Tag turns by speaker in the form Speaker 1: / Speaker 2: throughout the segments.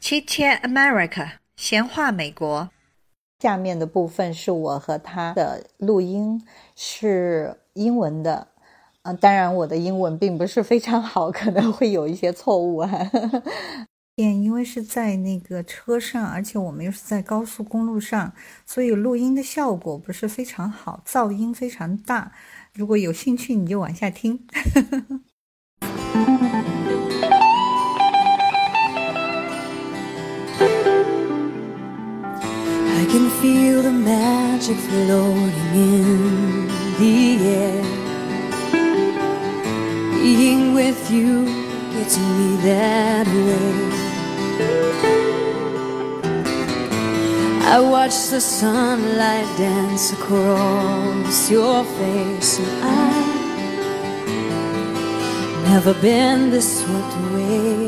Speaker 1: Chit Chat America，闲话美国。
Speaker 2: 下面的部分是我和他的录音，是英文的。嗯、当然我的英文并不是非常好， 可能会有一些错误啊。
Speaker 3: 因为是在那个车上，而且我们又是在高速公路上，所以录音的效果不是非常好，噪音非常大。如果有兴趣，你就往下听。
Speaker 4: I can feel the magic floating in the air. Being with you gets me that way. I watch the sunlight dance across your face, and I never been this swept away.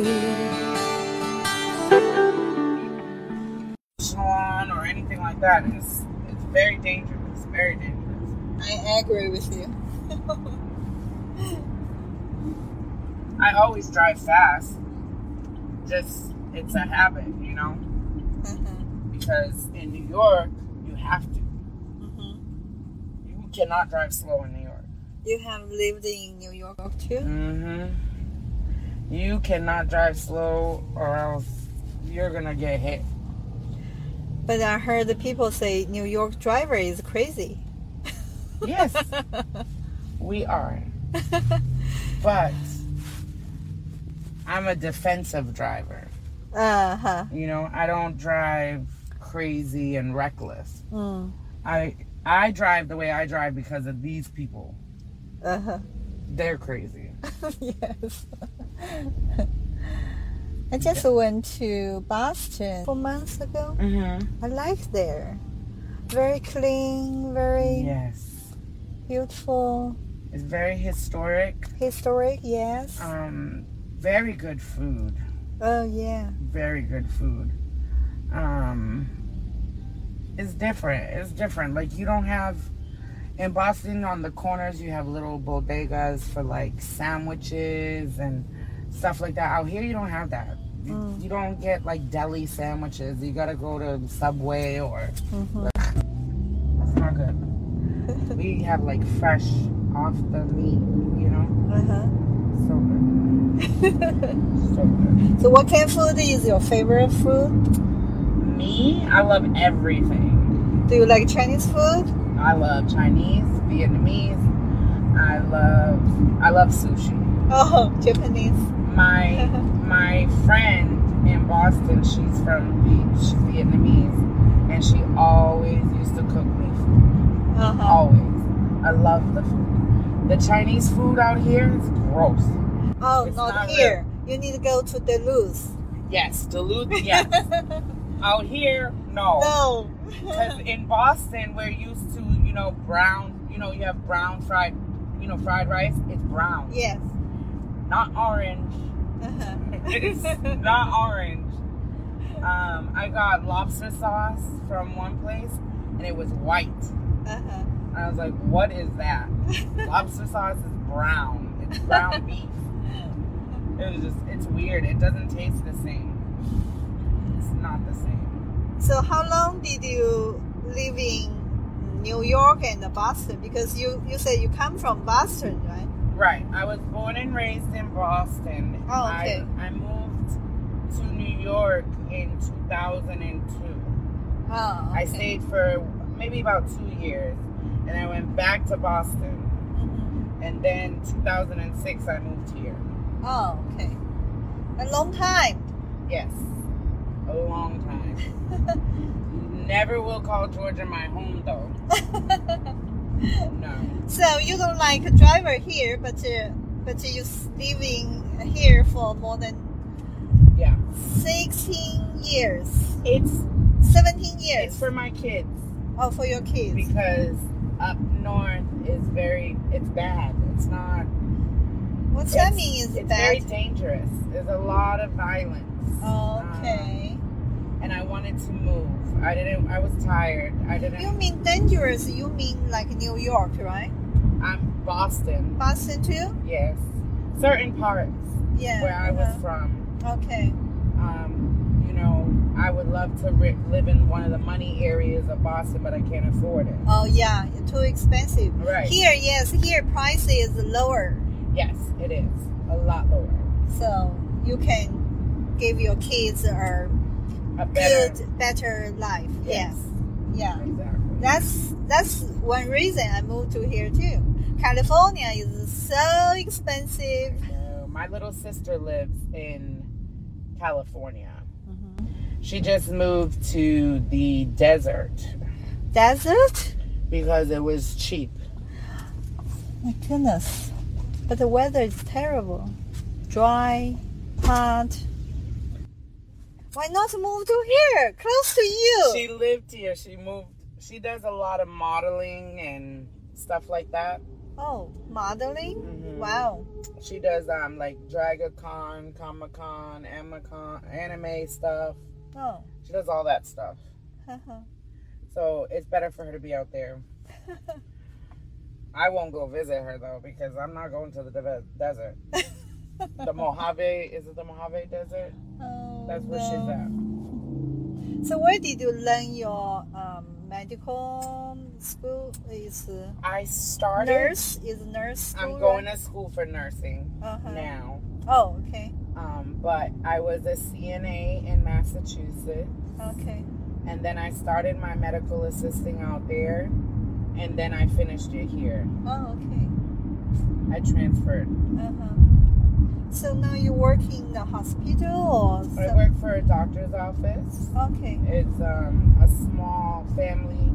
Speaker 5: on or anything like that. And it's it's very dangerous. It's very dangerous.
Speaker 2: I agree with you.
Speaker 5: I always drive fast. Just it's a habit, you know. Because in New York, you have to. You cannot drive slow in New York.
Speaker 2: You have lived in New York too.
Speaker 5: Mm-hmm. You cannot drive slow, or else you're gonna get hit.
Speaker 2: But I heard the people say New York driver is crazy.
Speaker 5: Yes, we are. But I'm a defensive driver.
Speaker 2: Uh huh.
Speaker 5: You know, I don't drive crazy and reckless.
Speaker 2: Mm.
Speaker 5: I I drive the way I drive because of these people.
Speaker 2: Uh huh.
Speaker 5: They're crazy.
Speaker 2: yes. I just went to Boston four months ago.
Speaker 5: Mm-hmm.
Speaker 2: I like there. Very clean, very
Speaker 5: Yes,
Speaker 2: beautiful,
Speaker 5: it's very historic.
Speaker 2: historic. Yes.
Speaker 5: Um, very good food.
Speaker 2: oh yeah.
Speaker 5: Very good food. Um, it's different. It's different. Like you don't have in Boston on the corners. You have little bodegas for like sandwiches and stuff like that. Out here, you don't have that. You, you don't get like deli sandwiches. You gotta go to Subway or.
Speaker 2: Mm-hmm.
Speaker 5: That's not good. we have like fresh off the meat, you know.
Speaker 2: Uh huh.
Speaker 5: So good. so good.
Speaker 2: So what kind of food is your favorite food?
Speaker 5: Me, I love everything.
Speaker 2: Do you like Chinese food?
Speaker 5: I love Chinese, Vietnamese. I love I love sushi.
Speaker 2: Oh, Japanese.
Speaker 5: My my friend in Boston, she's from Vi- she's Vietnamese, and she always used to cook me food.
Speaker 2: Uh huh.
Speaker 5: Always, I love the food. The Chinese food out here is gross.
Speaker 2: Oh,
Speaker 5: It's
Speaker 2: not,
Speaker 5: not
Speaker 2: here. You need to go to Duluth.
Speaker 5: Yes, Duluth. Yes, Oh. out here,
Speaker 2: No.
Speaker 5: Because in Boston, we're used to, you know, brown, you know, you have brown fried, you know, fried rice. It's brown,
Speaker 2: yes.
Speaker 5: not orange.
Speaker 2: Uh-huh.
Speaker 5: it's not orange. Um, I got lobster sauce from one place and it was white.
Speaker 2: Uh-huh.
Speaker 5: I was like, what is that? lobster sauce is brown. It's brown beef. It was just, it's weird. It doesn't taste the same. It's not the same.
Speaker 2: So how long did you live in New York and Boston? Because you you said you come from Boston, right?
Speaker 5: Right. I was born and raised in Boston.
Speaker 2: Oh, okay.
Speaker 5: I, I moved to New York in 2002.
Speaker 2: Oh,
Speaker 5: I stayed for maybe about two years, and I went back to Boston,
Speaker 2: Mm-hmm.
Speaker 5: and then 2006 I moved here.
Speaker 2: Oh, okay. A long time.
Speaker 5: Yes, a long time. Never will call Georgia my home though. no,
Speaker 2: So you don't like a driver here, but uh, but you s- living here for more than
Speaker 5: yeah,
Speaker 2: sixteen years,
Speaker 5: it's
Speaker 2: seventeen
Speaker 5: it's
Speaker 2: years.
Speaker 5: for my kids
Speaker 2: oh, for your kids.
Speaker 5: because up north is very it's bad. It's not.
Speaker 2: What's that mean? Is
Speaker 5: it's very
Speaker 2: that
Speaker 5: dangerous. There's a lot of violence. Um,
Speaker 2: okay?
Speaker 5: and I wanted to move. I didn't. I was tired. I
Speaker 2: You
Speaker 5: didn't.
Speaker 2: mean dangerous? You mean like New York, right?
Speaker 5: I'm Boston.
Speaker 2: Boston too?
Speaker 5: Yes, certain parts
Speaker 2: Yeah.
Speaker 5: where I was
Speaker 2: uh-huh.
Speaker 5: from.
Speaker 2: Okay.
Speaker 5: Um, you know, I would love to ri live in one of the money areas of Boston, but I can't afford it.
Speaker 2: Oh yeah, too expensive.
Speaker 5: Right.
Speaker 2: Oh, Here, yes, here price is lower,
Speaker 5: Yes, it is a lot lower.
Speaker 2: so you can give your kids a
Speaker 5: A better.
Speaker 2: good, better life.
Speaker 5: Yes.
Speaker 2: Yeah, yeah.
Speaker 5: Exactly.
Speaker 2: That's that's one reason I moved to here too. California is so expensive.
Speaker 5: No, my little sister lives in California.
Speaker 2: Mm-hmm.
Speaker 5: She just moved to the desert
Speaker 2: Desert.
Speaker 5: because it was cheap.
Speaker 2: My goodness. But the weather is terrible. Dry, hot. Why not move to here? Close to you.
Speaker 5: She lived here. She moved. She does a lot of modeling and stuff like that.
Speaker 2: oh, modeling?
Speaker 5: Mhm.
Speaker 2: Wow.
Speaker 5: She does um like DragaCon, Comic Con, Amicon, anime stuff.
Speaker 2: Oh.
Speaker 5: She does all that stuff. So it's better for her to be out there. I won't go visit her though because I'm not going to the de- desert. the Mojave is it the Mojave Desert?
Speaker 2: Oh,
Speaker 5: That's where
Speaker 2: no.
Speaker 5: she's at.
Speaker 2: So where did you learn your um, medical school? Is uh,
Speaker 5: I started.
Speaker 2: nurse? Is nurse school?
Speaker 5: I'm going to school for nursing
Speaker 2: Uh-huh.
Speaker 5: now,
Speaker 2: Oh, okay.
Speaker 5: um, but I was a CNA in Massachusetts,
Speaker 2: Okay.
Speaker 5: and then I started my medical assisting out there, and then I finished it here.
Speaker 2: Oh, okay.
Speaker 5: I transferred.
Speaker 2: Uh-huh. So now you work in the hospital or
Speaker 5: I
Speaker 2: some-
Speaker 5: work for a doctor's office.
Speaker 2: Okay.
Speaker 5: It's um, a small family.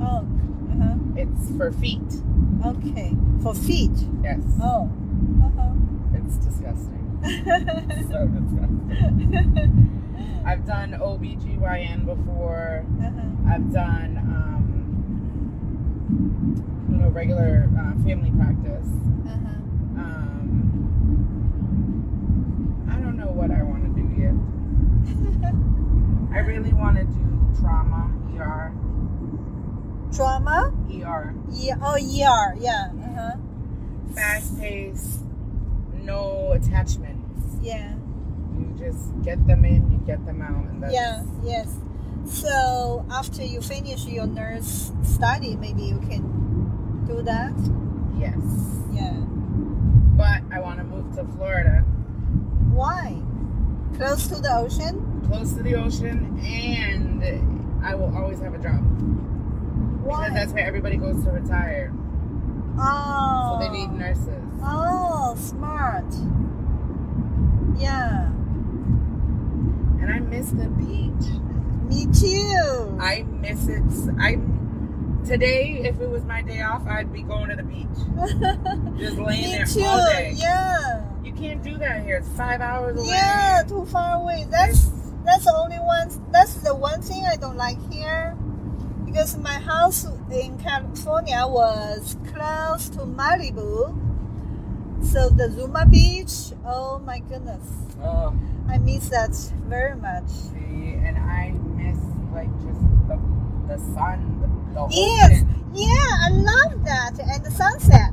Speaker 2: Oh, uh-huh.
Speaker 5: It's for feet.
Speaker 2: okay. For feet.
Speaker 5: Yes.
Speaker 2: Oh. Uh-huh.
Speaker 5: It's disgusting. So disgusting. I've done OBGYN before.
Speaker 2: uh-huh.
Speaker 5: I've done um, you know, regular uh, family practice.
Speaker 2: Uh-huh.
Speaker 5: Um, I don't know what I want to do yet. I really want to do trauma, ER,
Speaker 2: Drama?
Speaker 5: ER,
Speaker 2: Yeah. Oh, ER. Yeah. Uh-huh.
Speaker 5: fast pace, no attachments.
Speaker 2: Yeah.
Speaker 5: You just get them in, you get them out, and that's
Speaker 2: Yeah. Yes. So after you finish your nurse study, maybe you can do that.
Speaker 5: yes.
Speaker 2: Yeah.
Speaker 5: But I want to move to Florida,
Speaker 2: Why? Close to the ocean?
Speaker 5: close to the ocean, and I will always have a job.
Speaker 2: Why?
Speaker 5: Because that's where everybody goes to retire.
Speaker 2: oh.
Speaker 5: So they need nurses.
Speaker 2: Oh, smart. Yeah.
Speaker 5: And I miss the beach.
Speaker 2: Me too.
Speaker 5: I miss it. I today, if it was my day off, I'd be going to the beach, just laying
Speaker 2: Me
Speaker 5: there
Speaker 2: too.
Speaker 5: all day.
Speaker 2: Yeah.
Speaker 5: You can't do that here. It's five hours away.
Speaker 2: Yeah, too far away. That's that's the only one. That's the one thing I don't like here, because my house in California was close to Malibu, so the Zuma Beach. Oh my goodness,
Speaker 5: Oh,
Speaker 2: I miss that very much.
Speaker 5: see, and I miss like just the, the sun, the, the
Speaker 2: Yes,
Speaker 5: ocean.
Speaker 2: yeah, I love that and the sunset.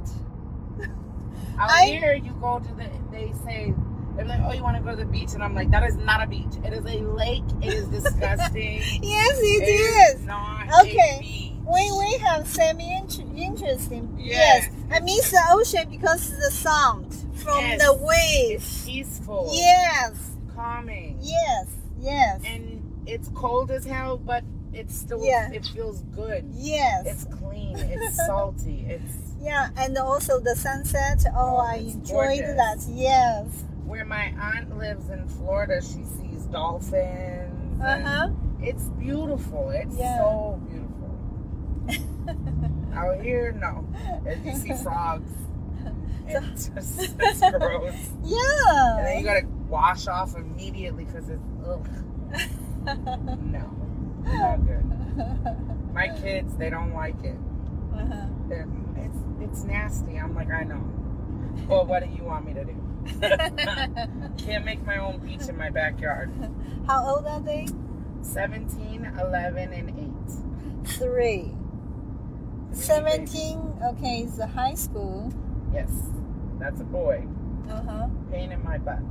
Speaker 5: Out
Speaker 2: I-
Speaker 5: here, you go to the. They say. They're like, oh, you want to go to the beach? And I'm like, that is not a beach. It is a lake. It is disgusting.
Speaker 2: Yes, it
Speaker 5: it
Speaker 2: is.
Speaker 5: is not
Speaker 2: Okay.
Speaker 5: a beach.
Speaker 2: We we have same inter- interest in
Speaker 5: Yes.
Speaker 2: yes. I miss the ocean because of the sound from
Speaker 5: Yes.
Speaker 2: the waves.
Speaker 5: It's peaceful.
Speaker 2: Yes,
Speaker 5: Calming.
Speaker 2: yes, yes,
Speaker 5: and it's cold as hell, but it's still
Speaker 2: Yeah.
Speaker 5: it feels good.
Speaker 2: yes.
Speaker 5: It's clean. It's salty. It's
Speaker 2: yeah, and also the sunset. Oh,
Speaker 5: Oh,
Speaker 2: I
Speaker 5: it's
Speaker 2: enjoyed
Speaker 5: gorgeous.
Speaker 2: that. Yes.
Speaker 5: where my aunt lives in Florida. She sees dolphins.
Speaker 2: Uh
Speaker 5: and
Speaker 2: huh.
Speaker 5: It's beautiful. It's
Speaker 2: Yeah.
Speaker 5: so beautiful. Out here, no. And you see frogs. It's just it's gross. And then you
Speaker 2: Yeah.
Speaker 5: gotta wash off immediately because it's ugh. no, it's not good. My kids, they don't like it.
Speaker 2: Uh-huh.
Speaker 5: They're- It's it's nasty. I'm like, I know. But what do you want me to do? Can't make my own beach in my backyard.
Speaker 2: How old are they?
Speaker 5: 17, 11, and 8.
Speaker 2: Three.
Speaker 5: Three
Speaker 2: Seventeen. Okay, is the high school.
Speaker 5: babies. Yes, that's a boy.
Speaker 2: Uh huh.
Speaker 5: Pain in my butt.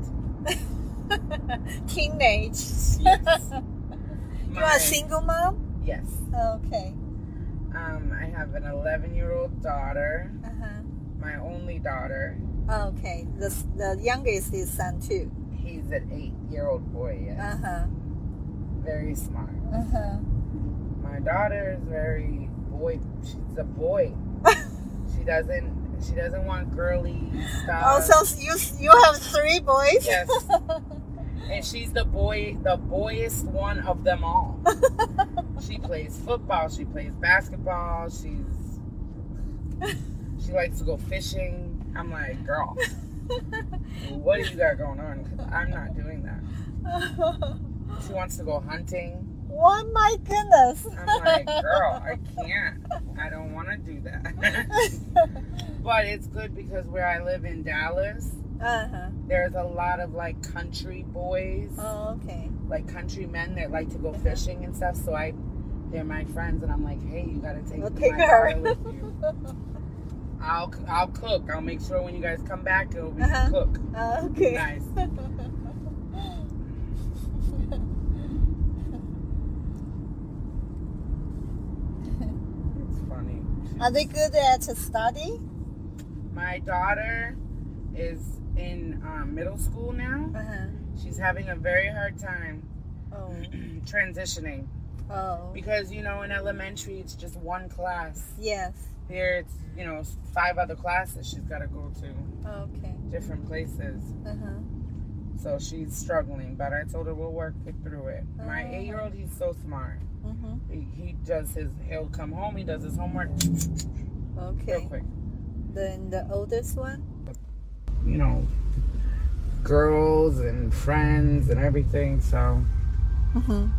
Speaker 2: Teenage.
Speaker 5: Yes.
Speaker 2: You're a
Speaker 5: my
Speaker 2: single mom?
Speaker 5: yes.
Speaker 2: Okay.
Speaker 5: Um, I have an 11 year old daughter,
Speaker 2: Uh-huh.
Speaker 5: my only daughter.
Speaker 2: Oh, Okay. The, s- the youngest is son too.
Speaker 5: He's an eight year old boy. Yes.
Speaker 2: Uh-huh.
Speaker 5: Very smart.
Speaker 2: Uh-huh.
Speaker 5: My daughter is very boy. She's a boy. she doesn't. She doesn't want girly stuff.
Speaker 2: Oh, so s- you s- you have three boys?
Speaker 5: Uh, Yes. and she's the boy, the boyest one of them all. she plays football. She plays basketball. She's she likes to go fishing. I'm like, girl, what do you got going on? Because I'm not doing that. She wants to go hunting.
Speaker 2: oh my goodness.
Speaker 5: I'm like, girl, I can't. I don't want to do that. but it's good because where I live in Dallas,
Speaker 2: Uh-huh.
Speaker 5: there's a lot of like country boys.
Speaker 2: Oh, okay.
Speaker 5: like country men that like to go fishing and stuff. So I, they're my friends, and I'm like, hey, you gotta take
Speaker 2: Well,
Speaker 5: my
Speaker 2: take
Speaker 5: daughter
Speaker 2: her."
Speaker 5: with you. I'll I'll cook. I'll make sure when you guys come back, it'll be
Speaker 2: Uh-huh.
Speaker 5: cooked
Speaker 2: Oh, okay.
Speaker 5: nice. It's funny.
Speaker 2: Are they good at study?
Speaker 5: My daughter is in um, middle school now.
Speaker 2: Uh-huh.
Speaker 5: She's having a very hard time
Speaker 2: Oh.
Speaker 5: transitioning
Speaker 2: Oh.
Speaker 5: because you know in elementary it's just one class.
Speaker 2: Yes.
Speaker 5: Here it's you know five other classes she's got to go to
Speaker 2: Okay.
Speaker 5: different places.
Speaker 2: Uh-huh.
Speaker 5: So she's struggling, but I told her we'll work it through it. My
Speaker 2: Oh.
Speaker 5: eight-year-old, he's so smart.
Speaker 2: Mhm.
Speaker 5: He, he does his. He'll come home. He does his homework real
Speaker 2: Okay.
Speaker 5: quick.
Speaker 2: Then the oldest one?
Speaker 5: You know, girls and friends and everything. So, Mm-hmm.
Speaker 2: Mhm.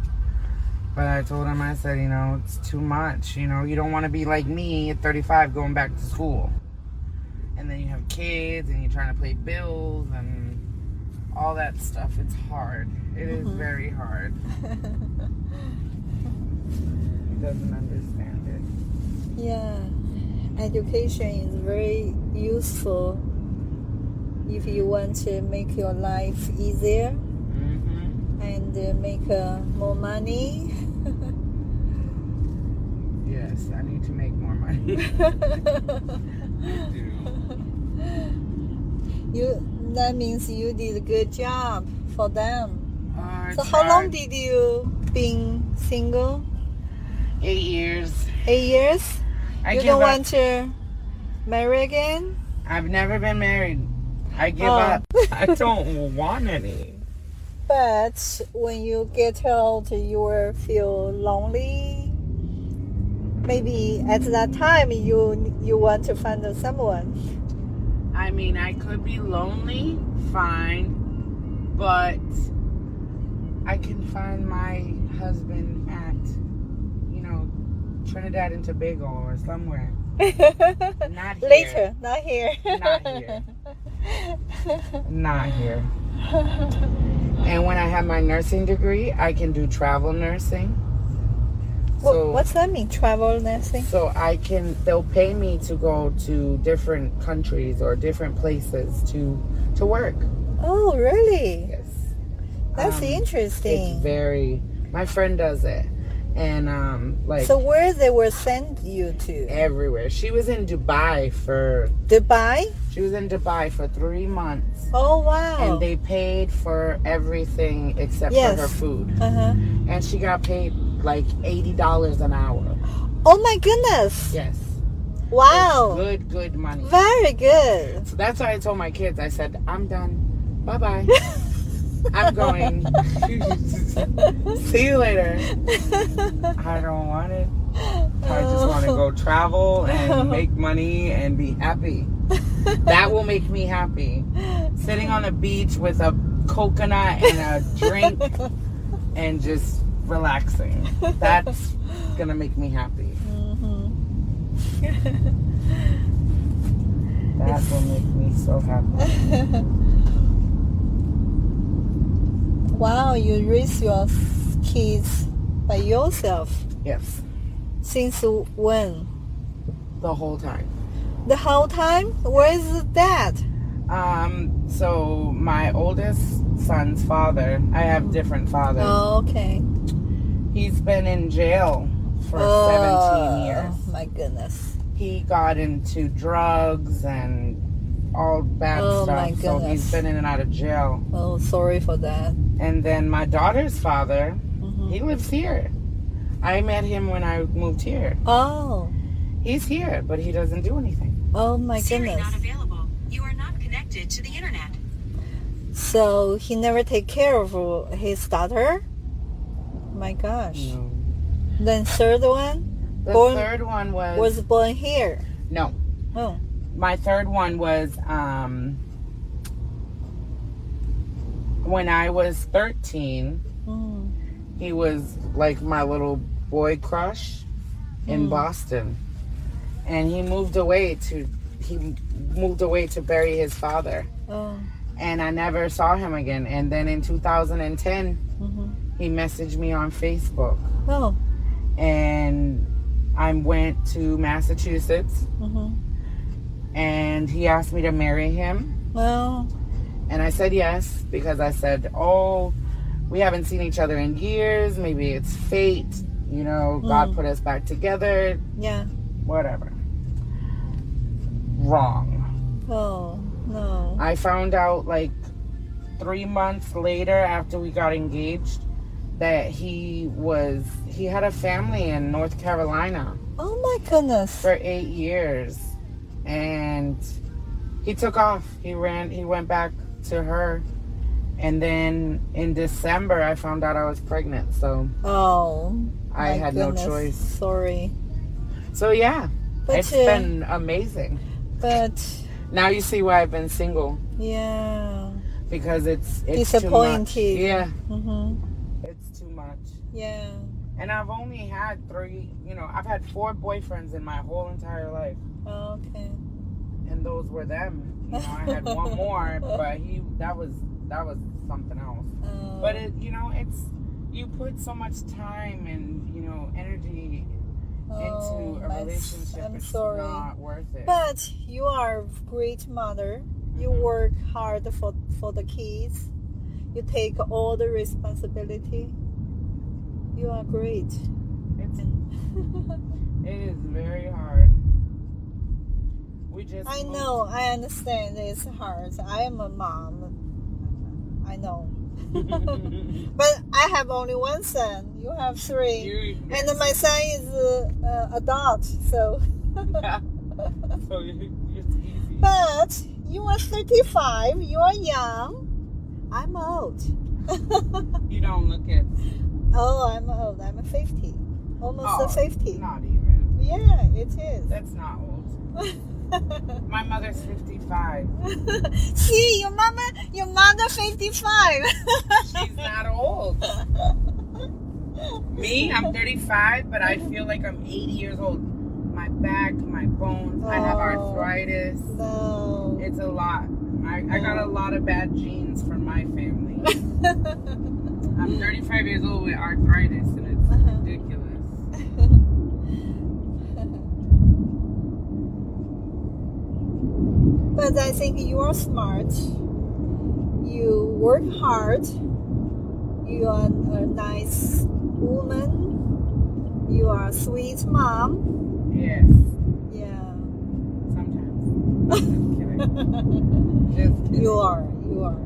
Speaker 5: but I told him, I said, you know, it's too much. You know, you don't want to be like me at 35 going back to school, and then you have kids and you're trying to pay bills and all that stuff. It's hard. It is very hard. He doesn't understand it.
Speaker 2: Yeah, education is very useful if you want to make your life easier
Speaker 5: hmm
Speaker 2: and uh, make uh, more money.
Speaker 5: Yes, I need to make more money. I do.
Speaker 2: you that means you did a good job for them.
Speaker 5: I
Speaker 2: So how long
Speaker 5: tried
Speaker 2: did you been single?
Speaker 5: Eight years.
Speaker 2: Eight years.
Speaker 5: I
Speaker 2: you
Speaker 5: give
Speaker 2: don't
Speaker 5: up.
Speaker 2: want to marry again?
Speaker 5: I've never been married. I give
Speaker 2: Oh.
Speaker 5: up. I don't want any.
Speaker 2: But when you get old, you will feel lonely. Maybe at that time you you want to find someone.
Speaker 5: I mean, I could be lonely, fine, but I can find my husband at, you know, Trinidad and Tobago or somewhere. Not here.
Speaker 2: Later, not here.
Speaker 5: Not here. Not here. and when I have my nursing degree, I can do travel nursing.
Speaker 2: What-
Speaker 5: So,
Speaker 2: What's that mean? Travel nursing?
Speaker 5: so I can they'll pay me to go to different countries or different places to to work.
Speaker 2: Oh, really?
Speaker 5: Yes.
Speaker 2: That's
Speaker 5: Um, It's
Speaker 2: interesting.
Speaker 5: very my friend does it. And um like
Speaker 2: So where they will send you to?
Speaker 5: everywhere. She was in Dubai for
Speaker 2: Dubai?
Speaker 5: she was in Dubai for 3 months
Speaker 2: Oh wow.
Speaker 5: and they paid for everything except
Speaker 2: Yes.
Speaker 5: for her food.
Speaker 2: uh-huh.
Speaker 5: and she got paid like eighty dollars an hour.
Speaker 2: Oh my goodness!
Speaker 5: Yes,
Speaker 2: Wow,
Speaker 5: good, good money.
Speaker 2: very good.
Speaker 5: So that's why I told my kids. I said, "I'm done. Bye bye. I'm going. See you later." I don't want it. I just want to go travel and make money and be happy. That will make me happy. Sitting on a beach with a coconut and a drink and just relaxing. That's gonna make me happy.
Speaker 2: Mm-hmm.
Speaker 5: That will make me so happy.
Speaker 2: Wow, you raise your kids by yourself
Speaker 5: Yes,
Speaker 2: since when?
Speaker 5: the whole time.
Speaker 2: The whole time? Where is the dad?
Speaker 5: Um, so my oldest son's father, I have different fathers.
Speaker 2: Oh, okay.
Speaker 5: He's been in jail for 17 years.
Speaker 2: Oh, my goodness.
Speaker 5: He got into drugs and all bad
Speaker 2: Oh,
Speaker 5: stuff.
Speaker 2: my
Speaker 5: So he's
Speaker 2: goodness.
Speaker 5: been in and out of jail.
Speaker 2: Oh, sorry for that. Mm-hmm.
Speaker 5: And then my daughter's father, he lives here. I met him when I moved here.
Speaker 2: Oh,
Speaker 5: He's here, but he doesn't do anything.
Speaker 2: oh my
Speaker 6: Siri
Speaker 2: goodness.
Speaker 6: not available. You are not connected to the internet.
Speaker 2: So he never take care of his daughter. My gosh. Then third one
Speaker 5: The
Speaker 2: Born-
Speaker 5: third one was,
Speaker 2: was born here.
Speaker 5: no.
Speaker 2: Oh,
Speaker 5: My third one was um when I was 13,
Speaker 2: mm.
Speaker 5: he was like my little boy crush in Boston. And he moved away to he moved away to bury his father.
Speaker 2: oh,
Speaker 5: and I never saw him again. And then in 2010,
Speaker 2: Mhm.
Speaker 5: he messaged me on Facebook,
Speaker 2: oh,
Speaker 5: and I went to Massachusetts,
Speaker 2: Mhm.
Speaker 5: and he asked me to marry him,
Speaker 2: oh,
Speaker 5: and I said yes because I said, "Oh, we haven't seen each other in years. Maybe it's fate. You know, God put us back together.
Speaker 2: yeah.
Speaker 5: Whatever." Wrong.
Speaker 2: Oh, no.
Speaker 5: I found out like three months later after we got engaged that he was he had a family in North Carolina
Speaker 2: Oh my goodness.
Speaker 5: for eight years and he took off. He ran he went back to her and then in December I found out I was pregnant so
Speaker 2: Oh,
Speaker 5: I
Speaker 2: my
Speaker 5: had
Speaker 2: goodness.
Speaker 5: no choice.
Speaker 2: Sorry,
Speaker 5: So yeah.
Speaker 2: But,
Speaker 5: it's
Speaker 2: uh,
Speaker 5: been amazing.
Speaker 2: but
Speaker 5: Now you see why I've been single
Speaker 2: yeah.
Speaker 5: because it's it's
Speaker 2: Disappointed.
Speaker 5: Too much. Yeah,
Speaker 2: Mm-hmm.
Speaker 5: it's too much.
Speaker 2: Yeah.
Speaker 5: And I've only had three, you know, I've had four boyfriends in my whole entire life.
Speaker 2: Okay.
Speaker 5: And those were them. You know, I had one more, but he that was that was something else.
Speaker 2: Oh,
Speaker 5: But it you know, it's you put so much time and, you know, energy
Speaker 2: oh,
Speaker 5: into a
Speaker 2: my-
Speaker 5: relationship.
Speaker 2: I'm
Speaker 5: it's
Speaker 2: sorry.
Speaker 5: not worth it.
Speaker 2: But you are a great mother. You
Speaker 5: Mhm.
Speaker 2: work hard for for the kids. You take all the responsibility. You are great.
Speaker 5: It's it is very hard. We just
Speaker 2: I
Speaker 5: moved-
Speaker 2: know. I understand. It's hard. I am a mom. I know. but I have only one son. You have three.
Speaker 5: you,
Speaker 2: and my son is uh, uh, adult. So,
Speaker 5: so it's easy.
Speaker 2: but you are 35. You are young. I'm old.
Speaker 5: You don't look at
Speaker 2: Oh, I'm old. I'm 50. Almost
Speaker 5: Oh,
Speaker 2: 50.
Speaker 5: Not even.
Speaker 2: Yeah, it is.
Speaker 5: That's not old. My mother's 55.
Speaker 2: See, your mama, your mother 55.
Speaker 5: She's not old. Me, I'm 35, but I feel like I'm 80 years old. My back, my bones, I have
Speaker 2: Oh.
Speaker 5: arthritis.
Speaker 2: no.
Speaker 5: It's a lot. I, I got a lot of bad genes from my family. I'm 35 years old with arthritis, and it's ridiculous.
Speaker 2: But I think you are smart. You work hard. You are a nice woman. You are a sweet mom.
Speaker 5: Yes,
Speaker 2: Yeah,
Speaker 5: sometimes. Just kidding. Just kidding.
Speaker 2: you are. You are.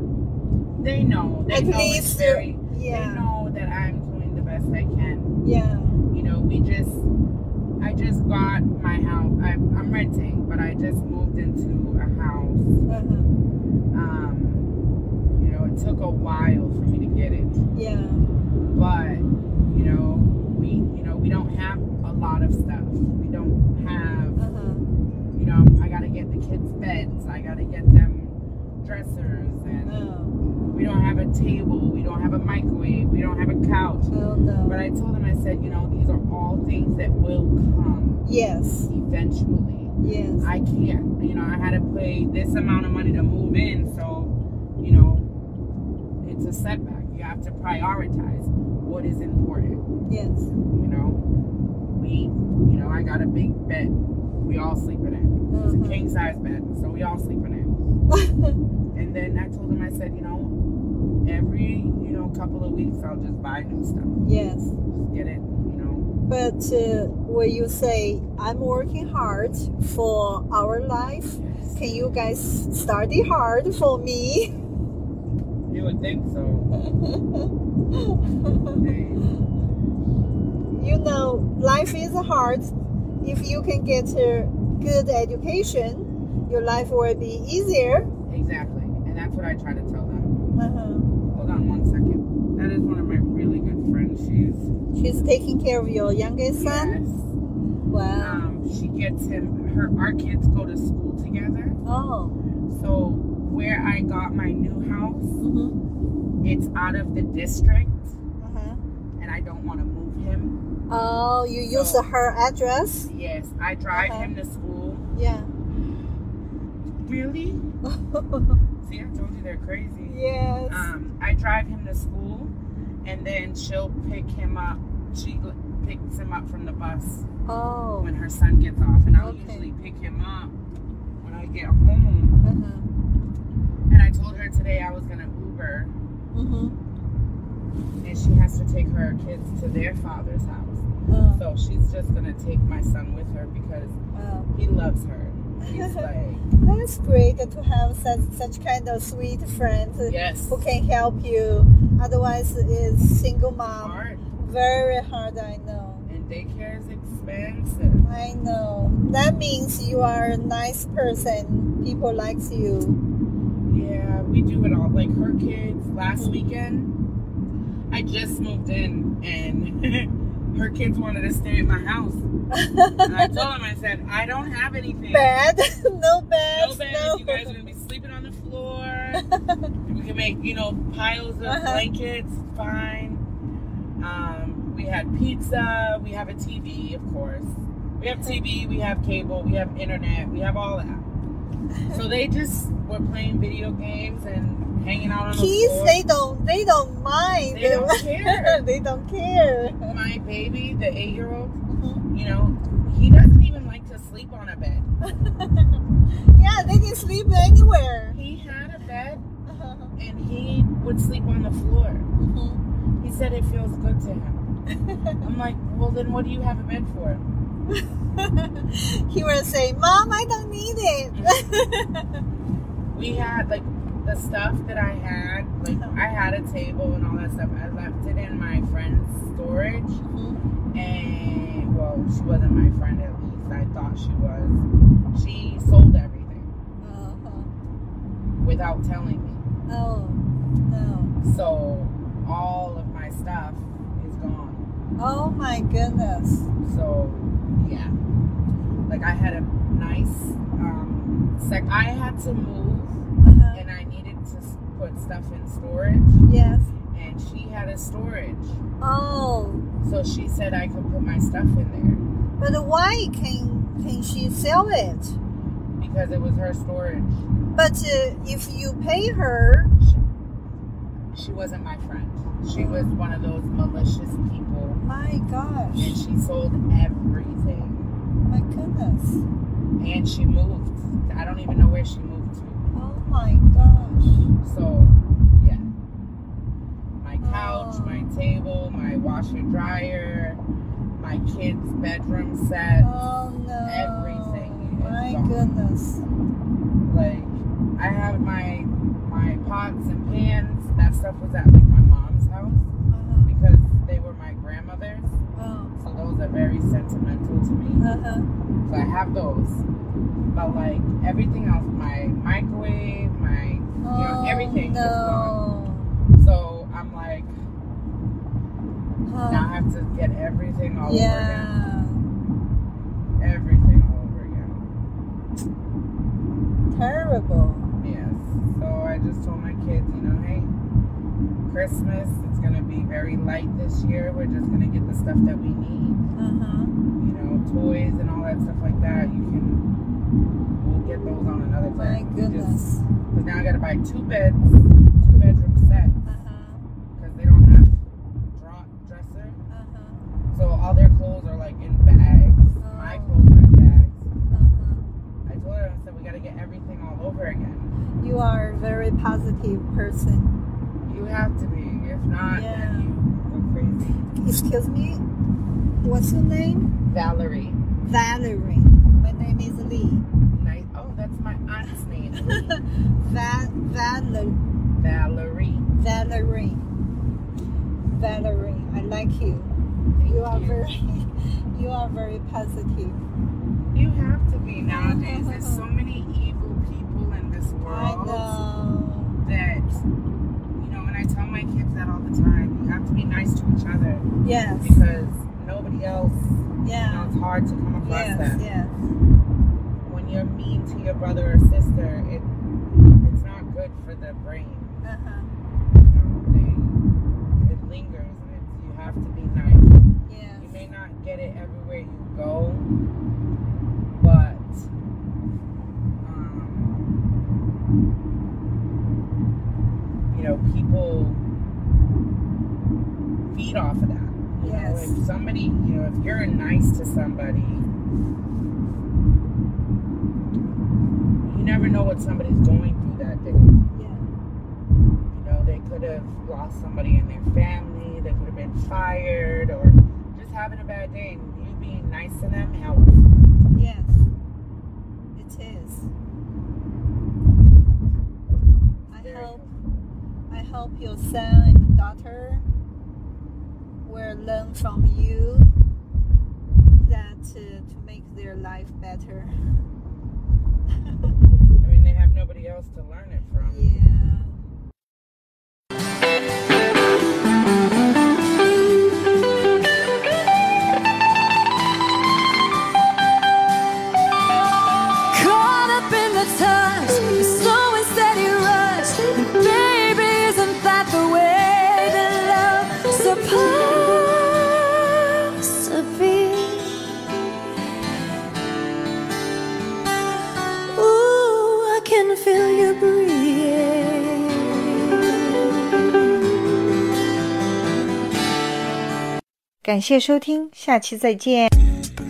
Speaker 5: They know. They
Speaker 2: At
Speaker 5: know it's
Speaker 2: least,
Speaker 5: very. They
Speaker 2: yeah,
Speaker 5: know that I'm doing the best I can.
Speaker 2: yeah.
Speaker 5: You know, we just, I just got my house. I, I'm renting, but I just moved into a house.
Speaker 2: Uh-huh.
Speaker 5: Um, you know, it took a while for me to get it,
Speaker 2: Yeah,
Speaker 5: but you know, we, you know, we don't have a lot of stuff. We don't have,
Speaker 2: uh-huh.
Speaker 5: you know, I gotta get the kids beds. I gotta get them dressers, and
Speaker 2: Oh,
Speaker 5: we don't have a table. We don't have a microwave. We don't have a couch.
Speaker 2: oh no.
Speaker 5: But I told him, I said, you know, these are all things that will come
Speaker 2: Yes,
Speaker 5: eventually.
Speaker 2: yes.
Speaker 5: I can't, you know, I had to pay this amount of money to move in, so, you know, it's a setback. You have to prioritize what is important,
Speaker 2: Yes.
Speaker 5: you know. We, you know, I got a big bed. We all sleep in it. It's a
Speaker 2: Uh-huh.
Speaker 5: king size bed, so we all sleep in it. and then I told him, I said, you know, every, you know, couple of weeks I'll just buy new stuff.
Speaker 2: Yes.
Speaker 5: Just get it, you know.
Speaker 2: But uh, when you say I'm working hard for our life, can you guys study hard for me?
Speaker 5: You would think so. Dang.
Speaker 2: you know, life is hard. If you can get a good education, your life will be easier.
Speaker 5: Exactly. And that's what I try to tell them.
Speaker 2: Uh-huh.
Speaker 5: Hold on one second. That is one of my really good friends. She's
Speaker 2: She's taking care of your youngest son.
Speaker 5: yes.
Speaker 2: Wow.
Speaker 5: um, she gets him her our kids go to school together
Speaker 2: Oh.
Speaker 5: so where i got my new house
Speaker 2: Mm-hmm.
Speaker 5: it's out of the district
Speaker 2: Uh-huh.
Speaker 5: and i don't want to move him
Speaker 2: Oh, you use
Speaker 5: So-
Speaker 2: her address?
Speaker 5: yes i drive
Speaker 2: Okay.
Speaker 5: him to school
Speaker 2: Yeah.
Speaker 5: really see i told you they're crazy
Speaker 2: yes.
Speaker 5: um, i drive him to school and then she'll pick him up she l- picks him up from the bus
Speaker 2: oh.
Speaker 5: when her son gets off and i'll
Speaker 2: Okay.
Speaker 5: usually pick him up when i get home
Speaker 2: Uh-huh.
Speaker 5: and i told her today i was gonna uber
Speaker 2: Mm-hmm.
Speaker 5: and she has to take her kids to their father's house.
Speaker 2: Uh,
Speaker 5: So she's just gonna take my son with her because
Speaker 2: uh,
Speaker 5: he loves her. He's like,
Speaker 2: that's great to have such, such kind of sweet friends
Speaker 5: yes,
Speaker 2: who can help you. Otherwise, it's single mom.
Speaker 5: smart,
Speaker 2: Very hard, I know.
Speaker 5: and daycare is expensive.
Speaker 2: I know. That means you are a nice person. People likes you.
Speaker 5: Yeah, we do it all. Like her kids last weekend, I just moved in, and her kids wanted to stay at my house. And I told them, I said, I don't have anything.
Speaker 2: Bad, no bad,
Speaker 5: No bed. You guys are gonna be sleeping on the floor. we can make, you know, piles of
Speaker 2: Uh-huh.
Speaker 5: blankets. Fine. Um, we had pizza. We have a TV, of course. We have TV. We have cable. We have internet. We have all that. So they just were playing video games and hanging out on the
Speaker 2: Kids,
Speaker 5: floor.
Speaker 2: they don't, they don't mind.
Speaker 5: They don't care. Oh,
Speaker 2: they don't care.
Speaker 5: My baby, the eight-year-old,
Speaker 2: Mhm.
Speaker 5: you know, he doesn't even like to sleep on a bed.
Speaker 2: Yeah, they can sleep anywhere.
Speaker 5: He had a bed and he would sleep on the floor.
Speaker 2: Mhm.
Speaker 5: He said it feels good to him. I'm like, well, then what do you have a bed for?
Speaker 2: he will say, "Mom, I don't need it."
Speaker 5: We had like the stuff that I had, like I had a table and all that stuff. I left it in my friend's storage, and well, she wasn't my friend at least. I thought she was. She sold everything
Speaker 2: Uh-huh.
Speaker 5: without telling me.
Speaker 2: Oh, no.
Speaker 5: So all of my stuff is gone.
Speaker 2: Oh my goodness.
Speaker 5: So yeah, like I had a nice um, sec. I had to move,
Speaker 2: Uh-huh.
Speaker 5: and I needed to s- put stuff in storage,
Speaker 2: Yes.
Speaker 5: and she had a storage.
Speaker 2: Oh,
Speaker 5: So she said I could put my stuff in
Speaker 2: but why can can she sell it?
Speaker 5: there because it was her storage.
Speaker 2: But uh, if you pay her,
Speaker 5: She wasn't my friend. She was one of those malicious people,
Speaker 2: my
Speaker 5: and
Speaker 2: gosh,
Speaker 5: she sold everything.
Speaker 2: my goodness.
Speaker 5: And she moved. I don't even know where she moved to.
Speaker 2: Oh my gosh.
Speaker 5: So, yeah. My couch,
Speaker 2: Oh.
Speaker 5: my table, my washer dryer, my kids' bedroom set.
Speaker 2: Oh no.
Speaker 5: Everything is
Speaker 2: My
Speaker 5: gone.
Speaker 2: goodness.
Speaker 5: Like, I have my my pots and pans. That stuff was at like my mom's house
Speaker 2: Uh-huh.
Speaker 5: because they were my grandmother's.
Speaker 2: Oh.
Speaker 5: So those are very sentimental to me.
Speaker 2: Uh-huh.
Speaker 5: So I have those. But like everything else, my microwave, my
Speaker 2: Oh,
Speaker 5: everything is
Speaker 2: no.
Speaker 5: so I'm like
Speaker 2: Huh.
Speaker 5: now I have to get everything all over again.
Speaker 2: yeah.
Speaker 5: everything all over again.
Speaker 2: Terrible.
Speaker 5: Yes. So I just told my kids, you know, hey, Christmas, it's going to be very light this year. We're just going to get the stuff that we need,
Speaker 2: Uh-huh.
Speaker 5: you know, toys and all that stuff like that. You can, we'll get those on another
Speaker 2: My
Speaker 5: day.
Speaker 2: goodness.
Speaker 5: Because now I got to buy two beds, two bedroom sets,
Speaker 2: Uh-huh.
Speaker 5: because they don't have draw, dresser.
Speaker 2: Uh-huh.
Speaker 5: So all their clothes are like in bags. My
Speaker 2: Oh.
Speaker 5: clothes are in bags.
Speaker 2: Uh-huh.
Speaker 5: I told her, I said, we got to get everything all over again.
Speaker 2: You are a very positive person.
Speaker 5: You have to be. If not,
Speaker 2: Yeah.
Speaker 5: then you go crazy.
Speaker 2: Excuse me. What's your name?
Speaker 5: Valerie.
Speaker 2: Valerie. My name is Lee.
Speaker 5: Nice. Oh, that's my aunt's name.
Speaker 2: Va- Valerie.
Speaker 5: Valerie.
Speaker 2: Valerie. Valerie, I like you. You are very, you are very positive.
Speaker 5: You have to be nowadays. There's so many evil people in this
Speaker 2: I
Speaker 5: world
Speaker 2: know.
Speaker 5: that you know. And I tell my kids that all the time. You have to be nice to each other
Speaker 2: Yes.
Speaker 5: because nobody else. You know,
Speaker 2: Yeah.
Speaker 5: it's hard to come across
Speaker 2: Yes.
Speaker 5: that.
Speaker 2: Yes.
Speaker 5: When you're mean to your brother or sister, it it's not good for the brain.
Speaker 2: Uh-huh.
Speaker 5: You know, they, it lingers, and it's, you have to be nice.
Speaker 2: Yes.
Speaker 5: You may not get it everywhere you go, but um, you know, people feed off of that. You
Speaker 2: Yes.
Speaker 5: know, if somebody, you know, if you're nice to somebody, you never know what somebody's going through that day.
Speaker 2: Yeah.
Speaker 5: You know, they could have lost somebody in their family, they could have been fired, or just having a bad day. And you being nice to them helps.
Speaker 2: Yes. It is. I
Speaker 5: Very
Speaker 2: hope I hope your son and daughter will learn from you that uh, to make their life better.
Speaker 5: I mean, they have nobody else to learn it from.
Speaker 2: Yeah.
Speaker 7: Caught up in the touch, the slow and steady rush. And baby, isn't that the way that love's supposed to be? Ooh, I can feel you breathe.
Speaker 1: 感谢收听，下期再见。
Speaker 8: But